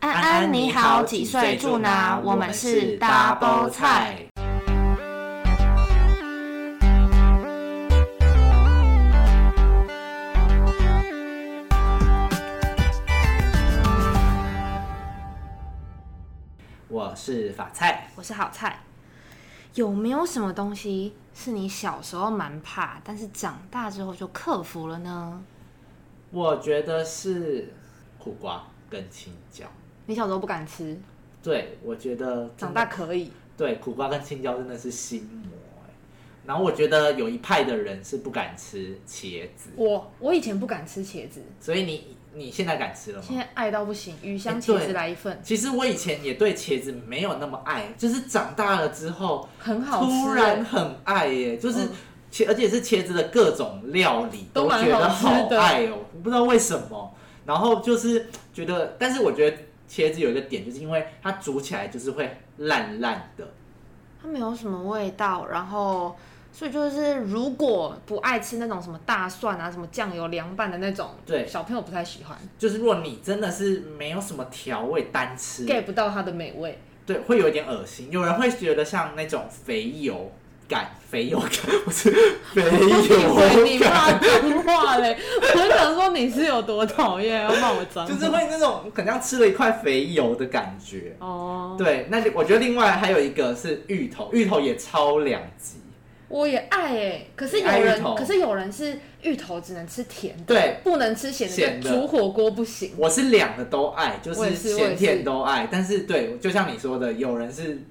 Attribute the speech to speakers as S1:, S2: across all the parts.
S1: 安你好，几岁住哪？我们是 Double 菜。。我是法菜，
S2: 我是好菜。有没有什么东西是你小时候蛮怕，但是长大之后就克服了呢？
S1: 我觉得是苦瓜跟青椒。
S2: 你小时候不敢吃，
S1: 对，我觉得真的
S2: 长大可以。
S1: 对苦瓜跟青椒真的是心魔欸然后我觉得有一派的人是不敢吃茄子，
S2: 我我以前不敢吃茄子，
S1: 所以你你现在敢吃了
S2: 现
S1: 吗？
S2: 在爱到不行，鱼香
S1: 哎
S2: 茄
S1: 对
S2: 子来一份，
S1: 其实我以前也对茄子没有那么爱，就是长大了之后
S2: 很好吃。
S1: 突然很爱耶，就是
S2: 嗯
S1: 茄，而且是茄子的各种料理
S2: 都蛮
S1: 觉得
S2: 好吃
S1: 好
S2: 的
S1: 爱哦，我不知道为什么。然后就是觉得，但是我觉得茄子有一个点，就是因为它煮起来就是会烂烂的，
S2: 它没有什么味道，然后所以就是如果不爱吃那种什么大蒜啊、什么酱油凉拌的那种，
S1: 对
S2: 小朋友不太喜欢
S1: 就是如果你真的是没有什么调味，单吃
S2: ，get 不到它的美味。
S1: 对，会有一点恶心。有人会觉得像那种肥油感， 肥油感不是肥
S2: 你
S1: 油
S2: 骂
S1: 感，
S2: 脏话嘞！我想说你是有多讨厌，要骂我脏话，
S1: 就是会那种很像吃了一块肥油的感觉。
S2: 哦。
S1: 对，那就我觉得另外还有一个是芋头，芋头也超两极。
S2: 我也爱哎、可是
S1: 你
S2: 有
S1: 爱芋
S2: 人，
S1: 头
S2: 可是有人是芋头只能吃甜的，
S1: 对，
S2: 不能吃咸的，
S1: 咸的
S2: 煮火锅不行。
S1: 我是两个都爱，就
S2: 我也是我也
S1: 咸
S2: 是
S1: 甜都爱。但是对，就像你说的，有人是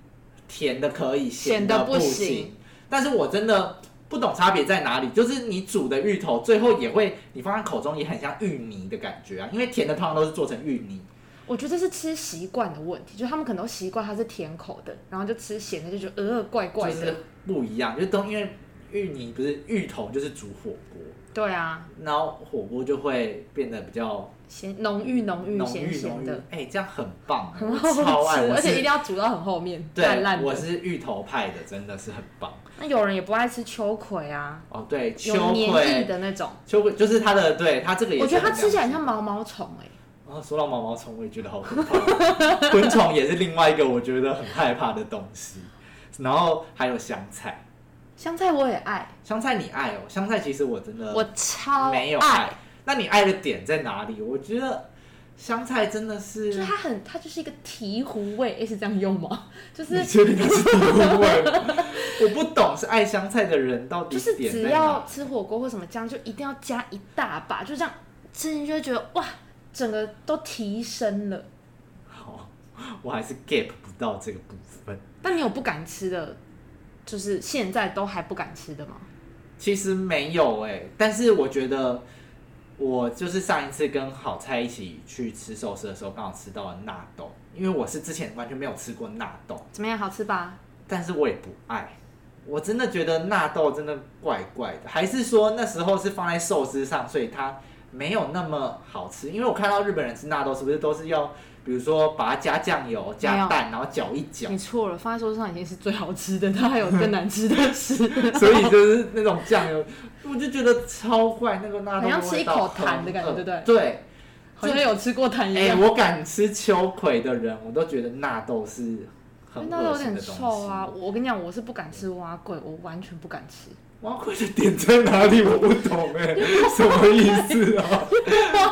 S1: 甜的可以，
S2: 咸
S1: 的
S2: 的不
S1: 行。
S2: 行
S1: 但是我真的不懂差别在哪里，就是你煮的芋头最后也会，你放在口中也很像芋泥的感觉啊，因为甜的通常都是做成芋泥。
S2: 我觉得是吃习惯的问题，就他们可能都习惯它是甜口的，然后就吃咸的就觉得呃怪怪
S1: 就
S2: 的。
S1: 是不一样，就是都因为芋泥不是芋头就是煮火锅，
S2: 对啊，
S1: 然后火锅就会变得比较
S2: 咸浓郁浓郁
S1: 浓
S2: 咸
S1: 郁浓
S2: 咸
S1: 郁
S2: 的，，
S1: 哎、这样很棒，
S2: 很
S1: 我
S2: 好
S1: 超爱，
S2: 吃，
S1: 我
S2: 而且一定
S1: 是
S2: 要煮到很后面，烂
S1: 对
S2: 烂，
S1: 我
S2: 的。
S1: 是芋头派的，真的是很棒
S2: 那有人也不爱吃秋葵啊，
S1: 哦。对，
S2: 有
S1: 秋
S2: 黏腻
S1: 葵，
S2: 的那种，
S1: 秋葵就是它的，对它这个也是
S2: 我觉得它
S1: 很
S2: 吃起来很
S1: 两
S2: 像毛毛虫哎、
S1: 哦，说到毛毛虫，我也觉得好可怕。 昆虫也是另外一个我觉得很害怕的东西。然后还有香菜，
S2: 香菜我也爱，
S1: 香菜你爱哦？香菜其实我真的
S2: 我超
S1: 呃没有爱。那你爱的点在哪里？我觉得香菜真的是
S2: 就是，它很，它就是一个醍醐味，诶是这样用吗？ 就是
S1: 你确定它是土味吗？ 我不懂，是爱香菜的人到底
S2: 就是
S1: 点
S2: 只
S1: 在
S2: 要
S1: 哪？
S2: 吃火锅或什么酱，就一定要加一大把，就这样吃进去就会觉得哇，整个都提升了。
S1: 好，我还是 get 不到这个部分。
S2: 但你有不敢吃的，就是现在都还不敢吃的吗？
S1: 其实没有哎、但是我觉得我就是上一次跟好菜一起去吃寿司的时候，刚好吃到了纳豆，因为我是之前完全没有吃过纳豆，
S2: 怎么样，好吃吧？
S1: 但是我也不爱。我真的觉得纳豆真的怪怪的，还是说那时候是放在寿司上，所以它没有那么好吃？因为我看到日本人吃纳豆是不是都是要，比如说把它加酱油、
S2: 没
S1: 加
S2: 有
S1: 蛋，然后搅一搅
S2: 你，错了，放在桌子上已经是最好吃的，它还有更难吃的吃，
S1: 所以就是那种酱油，我就觉得超怪，那个纳
S2: 好
S1: 豆
S2: 像
S1: 的
S2: 吃
S1: 味
S2: 一
S1: 道
S2: 口
S1: 很
S2: 痰的感觉
S1: 恶
S2: 对不对
S1: 对，
S2: 好像有吃过痰一
S1: 哎、
S2: 样。
S1: 我敢吃秋葵的人，我都觉得纳豆是很
S2: 哎那都
S1: 恶
S2: 有
S1: 心
S2: 点
S1: 的东西。
S2: 臭啊！！我跟你讲，我是不敢吃蛙桂，我完全不敢 吃。
S1: 蛙桂的点在哪里？我不 懂哎、什么意思啊？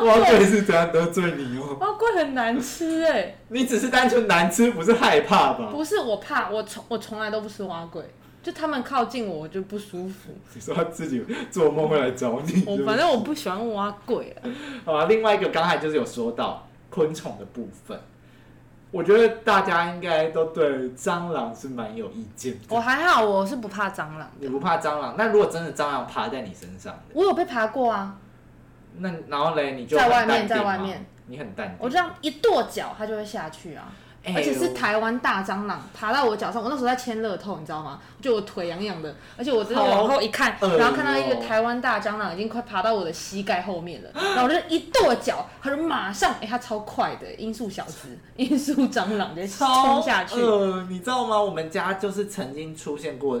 S1: 蛙桂是怎样得罪你哦？
S2: 蛙桂很难吃哎、
S1: 你只是单纯难吃，不是害怕吧？
S2: 不是我怕，我从我从来都不吃蛙桂，就他们靠近我我就不舒 服。
S1: 你说他自己做梦会来找你。
S2: 我
S1: 是不
S2: 反
S1: 是
S2: 正我不喜欢蛙桂啊，
S1: 好啊，另外一个刚才就是有说到昆虫的部分，我觉得大家应该都对蟑螂是蛮有意见的。
S2: 我还好，我是不怕蟑螂
S1: 你
S2: 的。
S1: 不怕蟑螂？那如果真的蟑螂爬在你身上呢，
S2: 我有被爬过啊，
S1: 那然后嘞，你就
S2: 在
S1: 很
S2: 外面
S1: 淡定
S2: 在外
S1: 吗
S2: 面，
S1: 你很淡定。
S2: 我这样一跺脚它就会下去啊，
S1: 哎呦，
S2: 而且是台湾大蟑螂爬到我脚上。我那时候在签乐透，你知道吗？就我腿痒痒的，而且我真的
S1: 好
S2: 往后一看，
S1: 恶
S2: 然后看到一个
S1: 哦
S2: 台湾大蟑螂已经快爬到我的膝盖后面了，然后我就一跺脚，它就马上，哎、它超快的，音速小子， 音速蟑螂就冲下去。
S1: 呃，你知道吗？我们家就是曾经出现过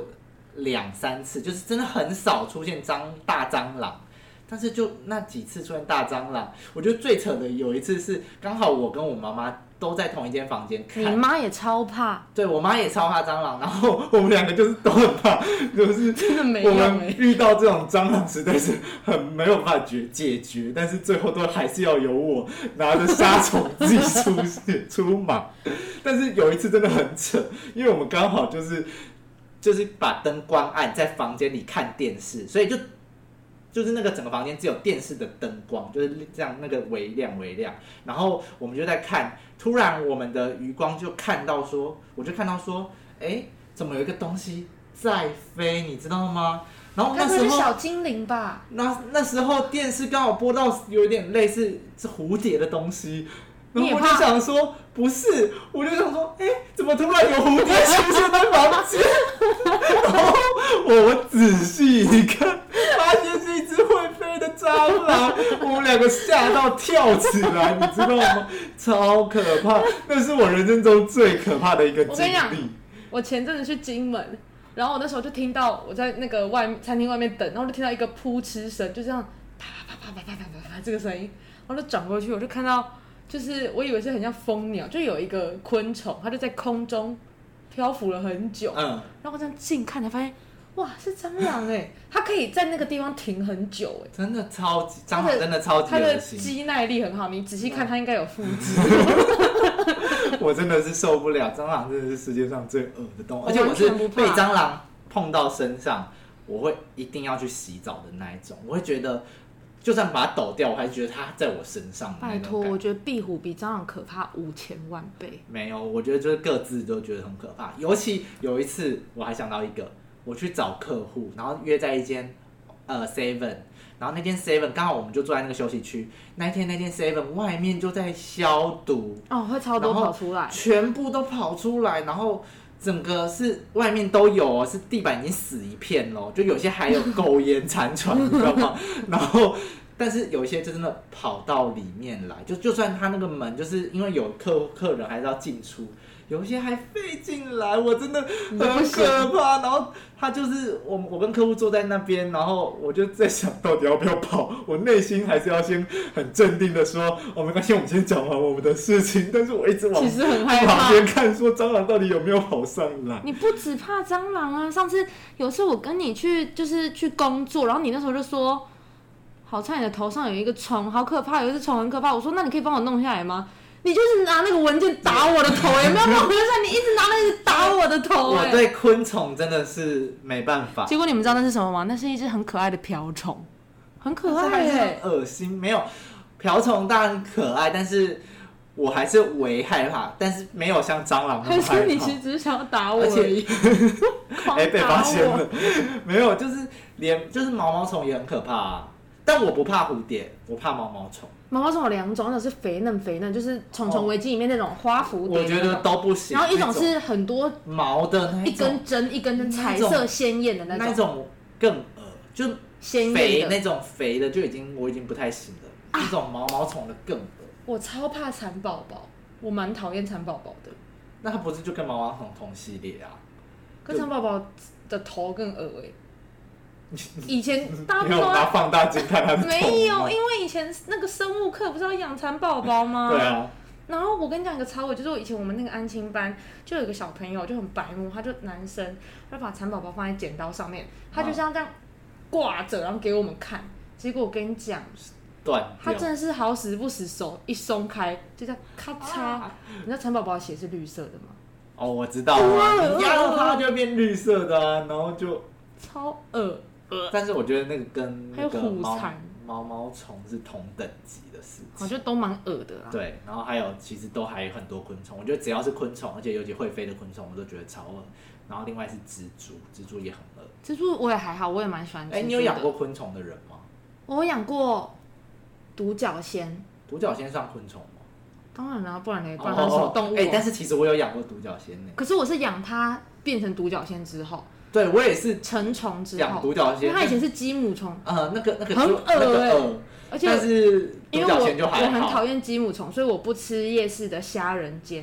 S1: 两三次，就是真的很少出现蟑大蟑螂，但是就那几次出现大蟑螂，我觉得最扯的有一次是刚好我跟我妈妈都在同一间房间
S2: 你
S1: 看，
S2: 妈也超怕，
S1: 对我妈也超怕蟑螂，然后我们两个就是都很怕，就是
S2: 真的没
S1: 我
S2: 用哎、
S1: 们遇到这种蟑螂实在是很没有办法解解决，但是最后都还是要由我拿着杀虫剂出事出 马。但是有一次真的很扯，因为我们刚好就是就是把灯关暗，在房间里看电视，所以就就是那个整个房间只有电视的灯光，就是这样那个微亮微亮。然后我们就在看，突然我们的余光就看到说，我就看到说，哎，怎么有一个东西在飞，你知道吗？然后
S2: 该
S1: 那
S2: 不会
S1: 时
S2: 是
S1: 候，
S2: 小精灵吧？
S1: 那那时候电视刚好播到有点类似是蝴蝶的东西，然
S2: 你也
S1: 后我
S2: 怕
S1: 就想说不是，我就想说，哎、怎么突然有蝴蝶出现在房间？ 然后我仔细一看，发现是一只会飞的蟑螂，我们两个吓到跳起来，你知道吗？超可怕，那是我人生中最可怕的一个
S2: 我
S1: 经
S2: 跟你讲
S1: 历。
S2: 我前阵子去金门，然后我那时候就听到我在那个外面餐厅外面等，然后就听到一个扑哧声，就这样啪啪啪啪啪啪啪啪这个声音，然后就转过去，我就看到，就是我以为是很像蜂鸟，就有一个昆虫，它就在空中漂浮了很久，
S1: 嗯，
S2: 然后我这样近看才发现，哇，是蟑螂哎、它可以在那个地方停很久哎、
S1: 真的超级蟑
S2: 它
S1: 螂，
S2: 的
S1: 真的超级
S2: 它的
S1: 恶心，
S2: 肌耐力很好，你仔细看它应该有腹肌，
S1: 我真的是受不了，蟑螂真的是世界上最恶的动物，
S2: 我
S1: 而且我是
S2: 完全不怕
S1: 被蟑螂碰到身上，我会一定要去洗澡的那一种，我会觉得就算把它抖掉，我还觉得它在我身上的
S2: 拜
S1: 那
S2: 托，
S1: 种感觉。
S2: 我觉得壁虎比蟑螂可怕五千万倍。
S1: 没有，我觉得就是各自都觉得很可怕。尤其有一次，我还想到一个，我去找客户，然后约在一间呃 Seven，然后那间 Seven 刚好我们就坐在那个休息区。那一天那间 Seven 外面就在消毒，
S2: 哦，会超多
S1: 然后
S2: 跑出来，
S1: 全部都跑出来，然后整个是外面都有哦，是地板已经死一 片咯，就有些还有苟延残喘，你知道吗？ 然后。但是有一些就真的跑到里面来，就就算他那个门，就是因为有客客人还是要进出，有一些还飞进来，我真的
S2: 你
S1: 很
S2: 都不行
S1: 可怕。然后他就是我，我跟客户坐在那边，然后我就在想到底要不要跑。我内心还是要先很镇定的说，哦，没关系，我们先讲完我们的事情。但是我一直往
S2: 其实很害
S1: 往
S2: 怕。
S1: 边看，说蟑螂到底有没有跑上来。
S2: 你不只怕蟑螂啊！上次有次我跟你去，就是去工作，然后你那时候就说，好像你的头上有一个虫，好可怕，有一只虫很可怕。我说，那你可以帮我弄下来吗？你就是拿那个文件打我的头，有没有 帮我留下？你一直拿那个打我的头、
S1: 我
S2: 哎
S1: 对昆虫真的是没办法，
S2: 结果你们知道那是什么吗？那是一只很可爱的瓢虫，很可
S1: 这
S2: 爱欸
S1: 还
S2: 耶、
S1: 是很恶心。没有瓢虫当然可爱，但是我还是为害怕，但是没有像蟑螂那
S2: 还
S1: 么
S2: 是
S1: 害
S2: 你
S1: 怕
S2: 其。实只是想要打我
S1: 而且
S2: 而已？狂
S1: 哎、被发
S2: 打
S1: 现
S2: 我
S1: 了， 没有，就是连就是毛毛虫也很可怕、啊，但我不怕蝴蝶，我怕毛毛虫，
S2: 毛毛虫有两种，一种是肥嫩肥嫩，就是《虫
S1: 哦
S2: 虫危机》里面那种花蝴蝶，
S1: 我觉得。都不行。
S2: 然后一种
S1: 那
S2: 是很多
S1: 毛的那
S2: 一
S1: 种，
S2: 根针一根针彩色鲜艳的
S1: 那
S2: 那
S1: 一
S2: 种
S1: 种更恶，就
S2: 鲜
S1: 肥
S2: 艳的。啊
S1: 那种肥的就已经我已经不太行了，这种毛毛虫的更恶。
S2: 我超怕蚕宝宝，我蛮讨厌蚕宝宝的。
S1: 那它不是就跟毛毛虫同系列啊？
S2: 可
S1: 对
S2: 蚕宝宝的头更恶 哎、以前大家不
S1: 没有
S2: 都
S1: 拿放大镜看它的头吗
S2: 没有，因为以前那个生物课不是要养蚕宝宝吗？
S1: 对啊，
S2: 然后我跟你讲一个超伟，就是我以前我们那个安亲班就有一个小朋友就很白目，他就男生，他就把蚕宝宝放在剪刀上面，他
S1: 啊
S2: 就像这样挂着，然后给我们看。结果我跟你讲，
S1: 断
S2: 他
S1: 掉。
S2: 真的是好死不死手一松开，就这样咔嚓。
S1: 啊
S2: 你知道蚕宝宝的血是绿色的吗？
S1: 哦，我知道啊，
S2: 哇
S1: 你压到它就会变绿色的啊，然后就，
S2: 超恶，
S1: 但是我觉得那个跟那
S2: 还
S1: 个
S2: 有虎
S1: 毛
S2: 蚕
S1: 毛毛虫是同等级的事
S2: 好
S1: 情。
S2: 就都蛮恶的啦。
S1: 对，然后还有其实都还有很多昆虫，我觉得只要是昆虫，而且尤其会飞的昆虫，我都觉得超恶。然后另外是蜘蛛，蜘蛛也很恶。
S2: 蜘蛛我也还好，我也蛮喜嗯欢蜘蛛的。
S1: 哎、你有养过？昆虫的人吗？
S2: 我养过独角仙，
S1: 独角仙算昆虫吗？
S2: 当然啦、不然嘞，不然它是什么动物、啊
S1: 哎、但是其实我有养过独角仙呢、
S2: 可是我是养它变成独角仙之后，
S1: 对我也是
S2: 成虫之
S1: 养
S2: 后，
S1: 独角
S2: 因为
S1: 仙，
S2: 它以前是鸡母虫，
S1: 呃那个那个
S2: 很
S1: 就
S2: 恶
S1: 那个
S2: 欸
S1: 恶，
S2: 而且
S1: 但是
S2: 因
S1: 独
S2: 为我
S1: 角仙就
S2: 我
S1: 还
S2: 很
S1: 好
S2: 讨。厌鸡母虫，所以我不吃夜市的虾仁煎，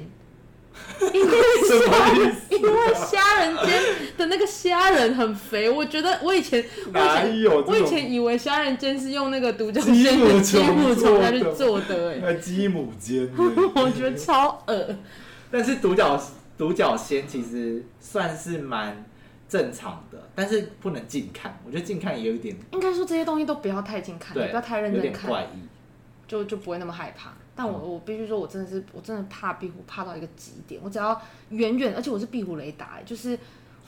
S2: 因为
S1: 什么
S2: 虾
S1: 意啊
S2: 仁，因为虾仁煎的那个虾仁很肥，我觉得我以前我以
S1: 哪
S2: 前
S1: 有
S2: 我
S1: 这
S2: 以
S1: 种
S2: 前以为虾仁煎是用那个独角
S1: 鸡
S2: 仙
S1: 母
S2: 的鸡
S1: 虫
S2: 母
S1: 做
S2: 虫下去
S1: 的
S2: 做的、欸，
S1: 呃鸡母煎呢？
S2: 我觉得超恶。
S1: 但是独角独角仙其实算是蛮正常的，但是不能近看。我觉得近看也有一点
S2: 应该说这些东西都不要太近看，也
S1: 对，
S2: 不要太认真
S1: 有点
S2: 看，
S1: 怪异。
S2: 就就不会那么害怕。但
S1: 嗯
S2: 我我必须说，我真的是我真的怕壁虎，怕到一个极点。我只要远远，而且我是壁虎雷达欸、就是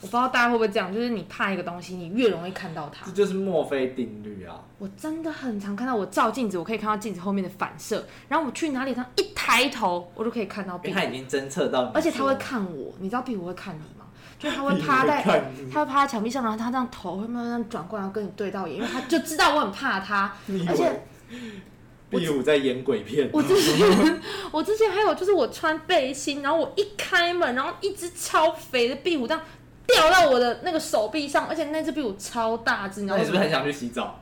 S2: 我不知道大家会不会这样，就是你怕一个东西，你越容易看到它
S1: 这。就是墨菲定律啊！
S2: 我真的很常看到，我照镜子，我可以看到镜子后面的反射，然后我去哪里，它一抬头，我就可以看到
S1: 因
S2: 壁
S1: 为
S2: 虎
S1: 他，已经侦测到你说，
S2: 而且它会看我。你知道壁虎会看你吗？就是它会
S1: 哦你
S2: 趴在
S1: 看你
S2: 它会趴在墙壁上，然后它这样头会慢慢转过来，然后跟你对到眼，因为它就知道我很怕它。
S1: 你以
S2: 而且
S1: 为壁虎在演鬼片，
S2: 我之前，我之前还有就是我穿背心，然后我一开门，然后一只超肥的壁虎这样掉到我的那个手臂上，而且那只壁虎超大只，你知道
S1: 那你
S2: 为
S1: 是
S2: 什么
S1: 不是
S2: 吗
S1: 很想去洗澡？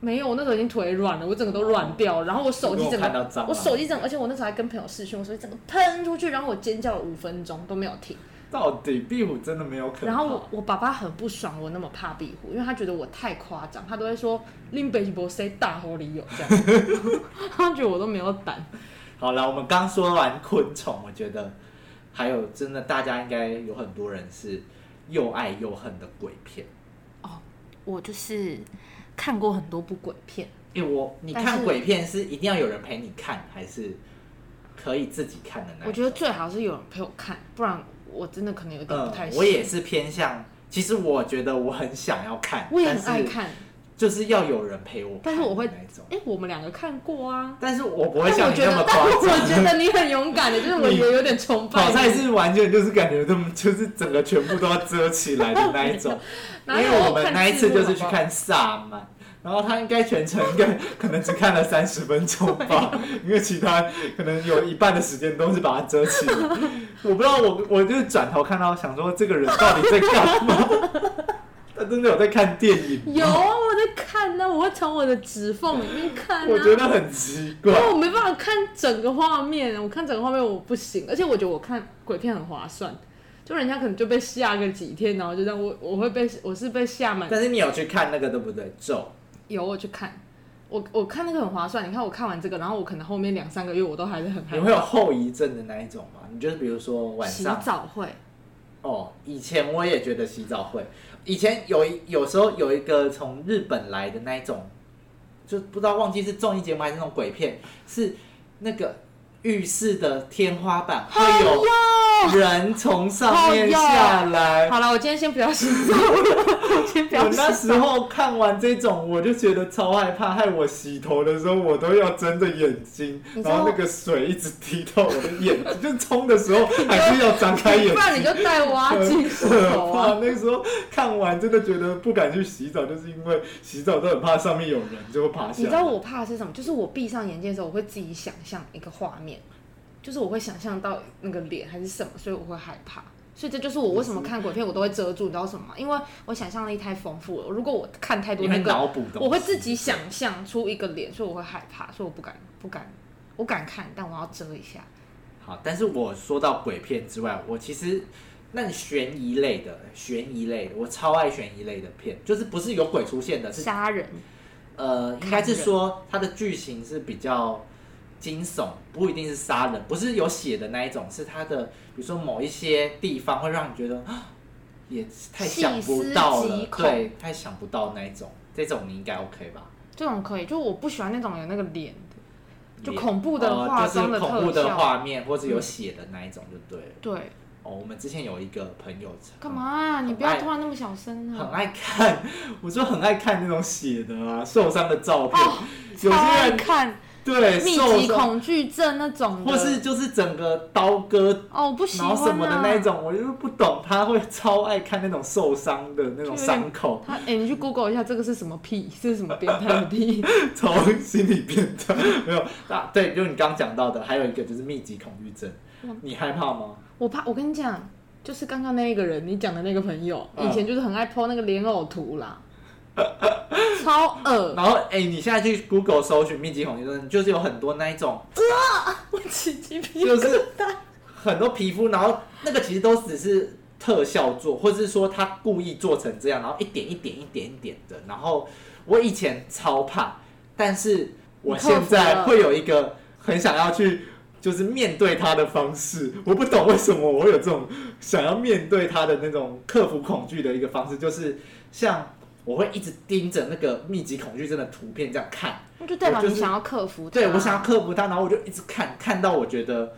S2: 没有，我那时候已经腿软了，我整个都软掉了，然后我手机
S1: 你
S2: 整
S1: 有看到啊
S2: 个
S1: 蟑，螂
S2: 我手机整个，而且我那时候还跟朋友视讯，我手机整个喷出去，然后我尖叫了五分钟都没有停。
S1: 到底壁虎真的没有可能？
S2: 然后我我爸爸很不爽，我那么怕壁虎，因为他觉得我太夸张，他都会说林北博谁大吼里有这样， 他觉得我都没有胆。
S1: 好了，我们刚说完昆虫，我觉得还有真的，大家应该有很多人是又爱又恨的鬼片。
S2: 我就是看过很多部鬼片，
S1: 哎、我你
S2: 但
S1: 看
S2: 是
S1: 鬼片是一定要有人陪你看，还是可以自己看的那一种？
S2: 我觉得最好是有人陪我看，不然我真的可能有点不太
S1: 嗯，
S2: 行。
S1: 我也是偏向，其实我觉得我很想要看，
S2: 我也很爱
S1: 但是
S2: 看，
S1: 就是要有人陪我看，
S2: 但是我会
S1: 那一种，
S2: 哎、我们两个看过啊。
S1: 但是我不会
S2: 但
S1: 像
S2: 我
S1: 你
S2: 觉
S1: 那么
S2: 得，
S1: 夸
S2: 但
S1: 张。
S2: 我觉得你很勇敢 的，就是我
S1: 你
S2: 也有点崇拜
S1: 跑
S2: 你。
S1: 菜是完全就是感觉他们就是整个全部都要遮起来的那一种，因
S2: 哪有
S1: 为我们
S2: 看
S1: 那一
S2: 字
S1: 次就
S2: 幕
S1: 是
S2: 好
S1: 去
S2: 不好
S1: 看萨满，然后他应该全程应该 可能只看了三十分钟吧，因为其他可能有一半的时间都是把它遮起来。我不知道我我就是转头看到想说这个人到底在干嘛？ 他真的有在看电影吗？
S2: 有啊，我在看呢、我会从我的指缝里面看、啊。
S1: 我觉得很奇怪
S2: 因。为我没办法看整个画面，我看整个画面我不行，而且我觉得我看鬼片很划算，就人家可能就被吓个几天，然后就让我我会被我是被吓满。
S1: 但是你有去看那个对不对？咒
S2: 有我去看，我我看那个很划算，你看我看完这个，然后我可能后面两三个月我都还是很害
S1: 你
S2: 怕。
S1: 会有后遗症的那一种吗？你就是比如说晚
S2: 洗
S1: 上
S2: 澡会，
S1: 哦，以前我也觉得洗澡会，以前有一有时候有一个从日本来的那一种，就不知道忘记是综艺节目还是那种鬼片，是那个浴室的天花板会有人从上面下来。
S2: 哎好了，我今天先不要洗澡了，我先不
S1: 我
S2: 要洗
S1: 那时候看完这种，我就觉得超害怕，害我洗头的时候我都要睁着眼睛，
S2: 你知道
S1: 然后那个水一直滴到我的眼睛，就冲的时候还是要张开眼睛
S2: 不。然你就带 啊挖进洗头
S1: 怕
S2: 啊。
S1: 那时候看完真的觉得不敢去洗澡，就是因为洗澡都很怕上面有人就会爬下来。
S2: 你知道我怕的是什么？就是我闭上眼睛的时候，我会自己想象一个画面，就是我会想象到那个脸还是什么，所以我会害怕。所以这就是我为什么看鬼片我都会遮住，你知道什么吗？因为我想象力太丰富了。如果我看太多
S1: 你
S2: 那
S1: 会
S2: 个，
S1: 脑补东西
S2: 我会自己想象出一个脸，所以我会害怕，所以我不敢不敢，我敢看，但我要遮一下。
S1: 好，但是我说到鬼片之外，我其实那悬疑类的，悬疑类的，我超爱悬疑类的片，就是不是有鬼出现的，是
S2: 杀人，
S1: 呃，应该是说它的剧情是比较惊悚，不一定是杀人，不是有血的那一种，是它的比如说某一些地方会让你觉得 啊也太想不到
S2: 细思
S1: 了
S2: 极，恐
S1: 对，太想不到那一种，这种你应该 OK 吧？
S2: 这种可以，就我不喜欢那种有那个脸的，就
S1: 也
S2: 恐怖的
S1: 呃
S2: 化
S1: 就是
S2: 妆的
S1: 恐怖
S2: 特
S1: 的
S2: 效。
S1: 画面，或者有血的那一种就对了。
S2: 对，
S1: 哦，我们之前有一个朋嗯友
S2: 干嘛啊、你不要突然那么小声
S1: 嗯很
S2: 啊！
S1: 爱看，我就很爱看那种血的啊，受伤的照片，
S2: 哦，
S1: 有
S2: 超
S1: 些
S2: 爱
S1: 人
S2: 看
S1: 对
S2: 密
S1: 受
S2: 集
S1: 伤，
S2: 恐惧症那种的，
S1: 或是就是整个刀割。
S2: 哦，我不喜
S1: 然
S2: 欢、
S1: 后
S2: 啊、
S1: 什么的那一种，我就是不懂，他会超爱看那种受伤的那种伤口，
S2: 他哎、你去 Google 一下这个是什么屁，这是什么变态的屁？
S1: 超心理变态。没有啊，对，就是你刚刚讲到的，还有一个就是密集恐惧症，
S2: 嗯
S1: 你害怕吗？
S2: 我怕，我跟你讲，就是刚刚那一个人，你讲的那个朋友，
S1: 嗯
S2: 以前就是很爱 po 那个莲藕图啦，超恶，
S1: 然后，哎、你现在去 Google 搜寻密集恐惧症，就是有很多那一种，
S2: 我起鸡皮
S1: 就是很多皮肤，然后那个其实都只是特效做，或者是说他故意做成这样，然后一点一点一点一点的。然后我以前超怕，但是我现在会有一个很想要去。就是面对他的方式，我不懂为什么我会有这种想要面对他的那种克服恐惧的一个方式，就是像我会一直盯着那个密集恐惧症的图片这样看，
S2: 那就代表
S1: 我就
S2: 你
S1: 是
S2: 想要克服它。
S1: 对我想要克服它，然后我就一直看，看到我觉得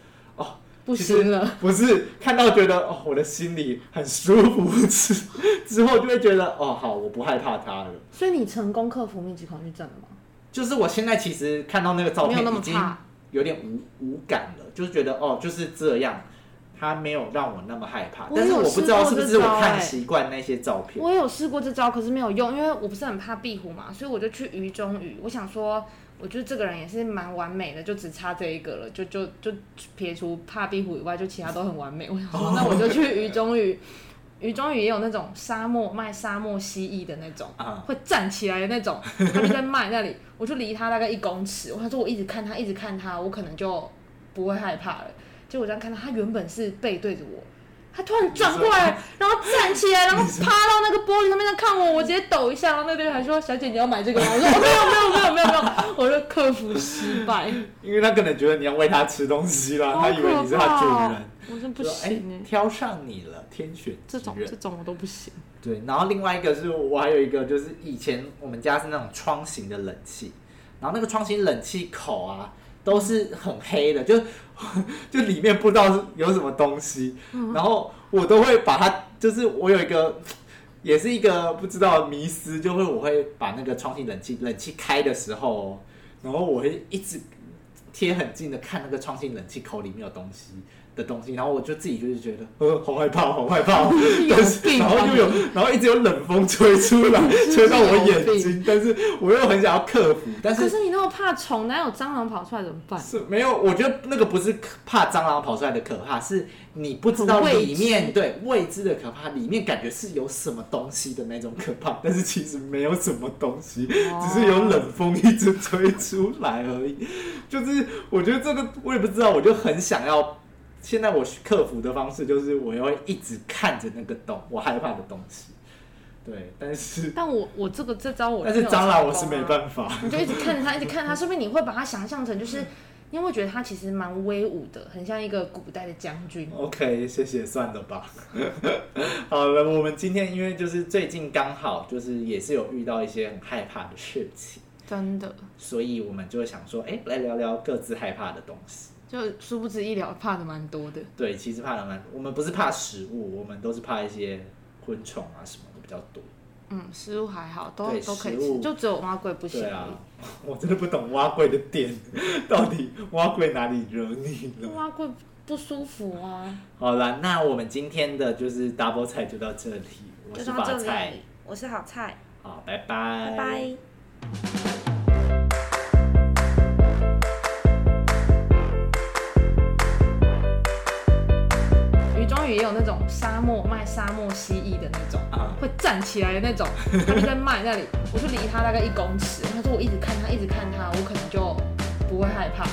S3: 不行了。，
S1: 不是看到觉得哦，我的心里很舒服之 之后，就会觉得哦，好，我不害怕它了。
S3: 所以你成功克服密集恐惧症了吗？
S1: 就是我现在其实看到那个照
S2: 没有
S1: 片
S2: 那
S1: 已
S2: 么
S1: 经
S2: 怕。
S1: 有点无无感了，就是觉得哦，就是这样，它没有让我那么害怕。
S2: 我
S1: 但是
S2: 有
S1: 我不知道
S2: 试
S1: 是
S2: 过
S1: 不
S2: 这
S1: 是
S2: 招
S1: 我看
S2: 欸
S1: 习惯那些照片。
S2: 我有试过这招，可是没有用，因为我不是很怕壁虎嘛，所以我就去鱼中鱼。我想说，我觉得这个人也是蛮完美的，就只差这一个了，就就就撇除怕壁虎以外，就其他都很完美。我想说，那我就去鱼中鱼。 鱼中鱼也有那种沙漠卖沙漠蜥蜴的那种，
S1: 啊
S2: 会站起来的那种，他就在卖那里， 我就离他大概一公尺。我想说，我一直看他，一直看他，我可能就不会害怕了。结果我这样看他，他原本是背对着我，他突然转过来，然后站起来，然后趴到那个玻璃上面在看我，我直接抖一下，然后那边还说：“小姐，你要买这个吗？”我说：“哦，没有，没有，没有，没有，没有。” 我就克服失败，
S1: 因为他可能觉得你要喂他吃东西啦，
S2: 好
S1: 他以为你是
S2: 可
S1: 他
S2: 怕欸
S1: 主
S2: 哦
S1: 人，！
S3: 我真不
S1: 说哎、
S3: 行哎、
S1: 挑上你了，天选
S3: 这种
S1: 之人
S3: 这种我都不行。
S1: 对，然后另外一个是我还有一个就是以前我们家是那种窗型的冷气，然后那个窗型冷气口啊都是很黑的，就 就里面不知道是有什么东西，然后我都会把它，就是我有一个。也是一个不知道的迷思，就会我会把那个窗型冷气冷气开的时候哦、然后我会一直贴很近的看那个窗型冷气口里面有东西的东西，然后我就自己就是觉得，呃，好害怕，好害怕哦，
S3: 有
S1: 但是
S3: 病
S1: 然后
S3: 吧
S1: 又
S2: 啊
S1: 有，然后一直有冷风吹出 来，吹到我眼睛，但是我又很想要克服，但
S3: 可
S1: 是
S3: 是你那么怕虫，哪有蟑螂跑出来怎么办？
S1: 是没有，我觉得那个不是可怕蟑螂跑出来的可怕，是你不知道
S3: 很未
S1: 里面对未知的可怕，里面感觉是有什么东西的那种可怕，但是其实没有什么东西，只是有冷风一直吹出来而已。就是我觉得这个我也不知道，我就很想要。现在我克服的方式就是，我要一直看着那个洞，我害怕的东西。对，但是
S3: 但我我这个这招我
S1: 但是蟑螂我是没
S3: 法。
S1: 办法。
S2: 啊你就一直看着他，一直看着他，说不定你会把他想象成就是，你会觉得他其实蛮威武的，很像一个古代的将军。
S1: OK，谢谢，算了吧。 好了，我们今天因为就是最近刚好就是也是有遇到一些很害怕的事情，
S2: 真的，
S1: 所以我们就想说，哎、来聊聊各自害怕的东西。
S2: 就殊不知医疗怕的蛮多的。
S1: 对，其实怕的蛮，我们不是怕食物，我们都是怕一些昆虫啊什么的比较多。
S2: 嗯，食物还好，都
S1: 对
S2: 都可以
S1: 食
S2: 吃，
S1: 物
S2: 就只有蛙贵不行
S1: 对
S2: 而已。
S1: 啊， 我真的不懂蛙贵的点，到底蛙贵哪里惹你了？
S2: 蛙贵不舒服啊，
S1: 好了，那我们今天的就是 double 菜就到这里，我
S2: 就是到
S1: 法
S2: 这
S1: 菜
S2: 里，。我是好菜，
S1: 好，拜
S2: 拜拜。鱼中鱼也有那种沙漠卖沙漠蜥蜴的那种，
S1: 啊
S2: 会站起来的那种，他就在卖那里，我就离他大概一公尺。他说我一直看他，一直看他，我可能就不会害怕了。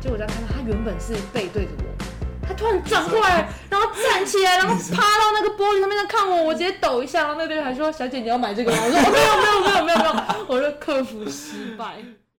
S2: 结果我在看他，他原本是背对着我，他突然转过来，然后站起来，然后趴到那个玻璃上面在看我，我直接抖一下，然后那边还说：“小姐，你要买这个吗？”我说：“哦，没有，没有，没有，没有，没有。”我就克服失败。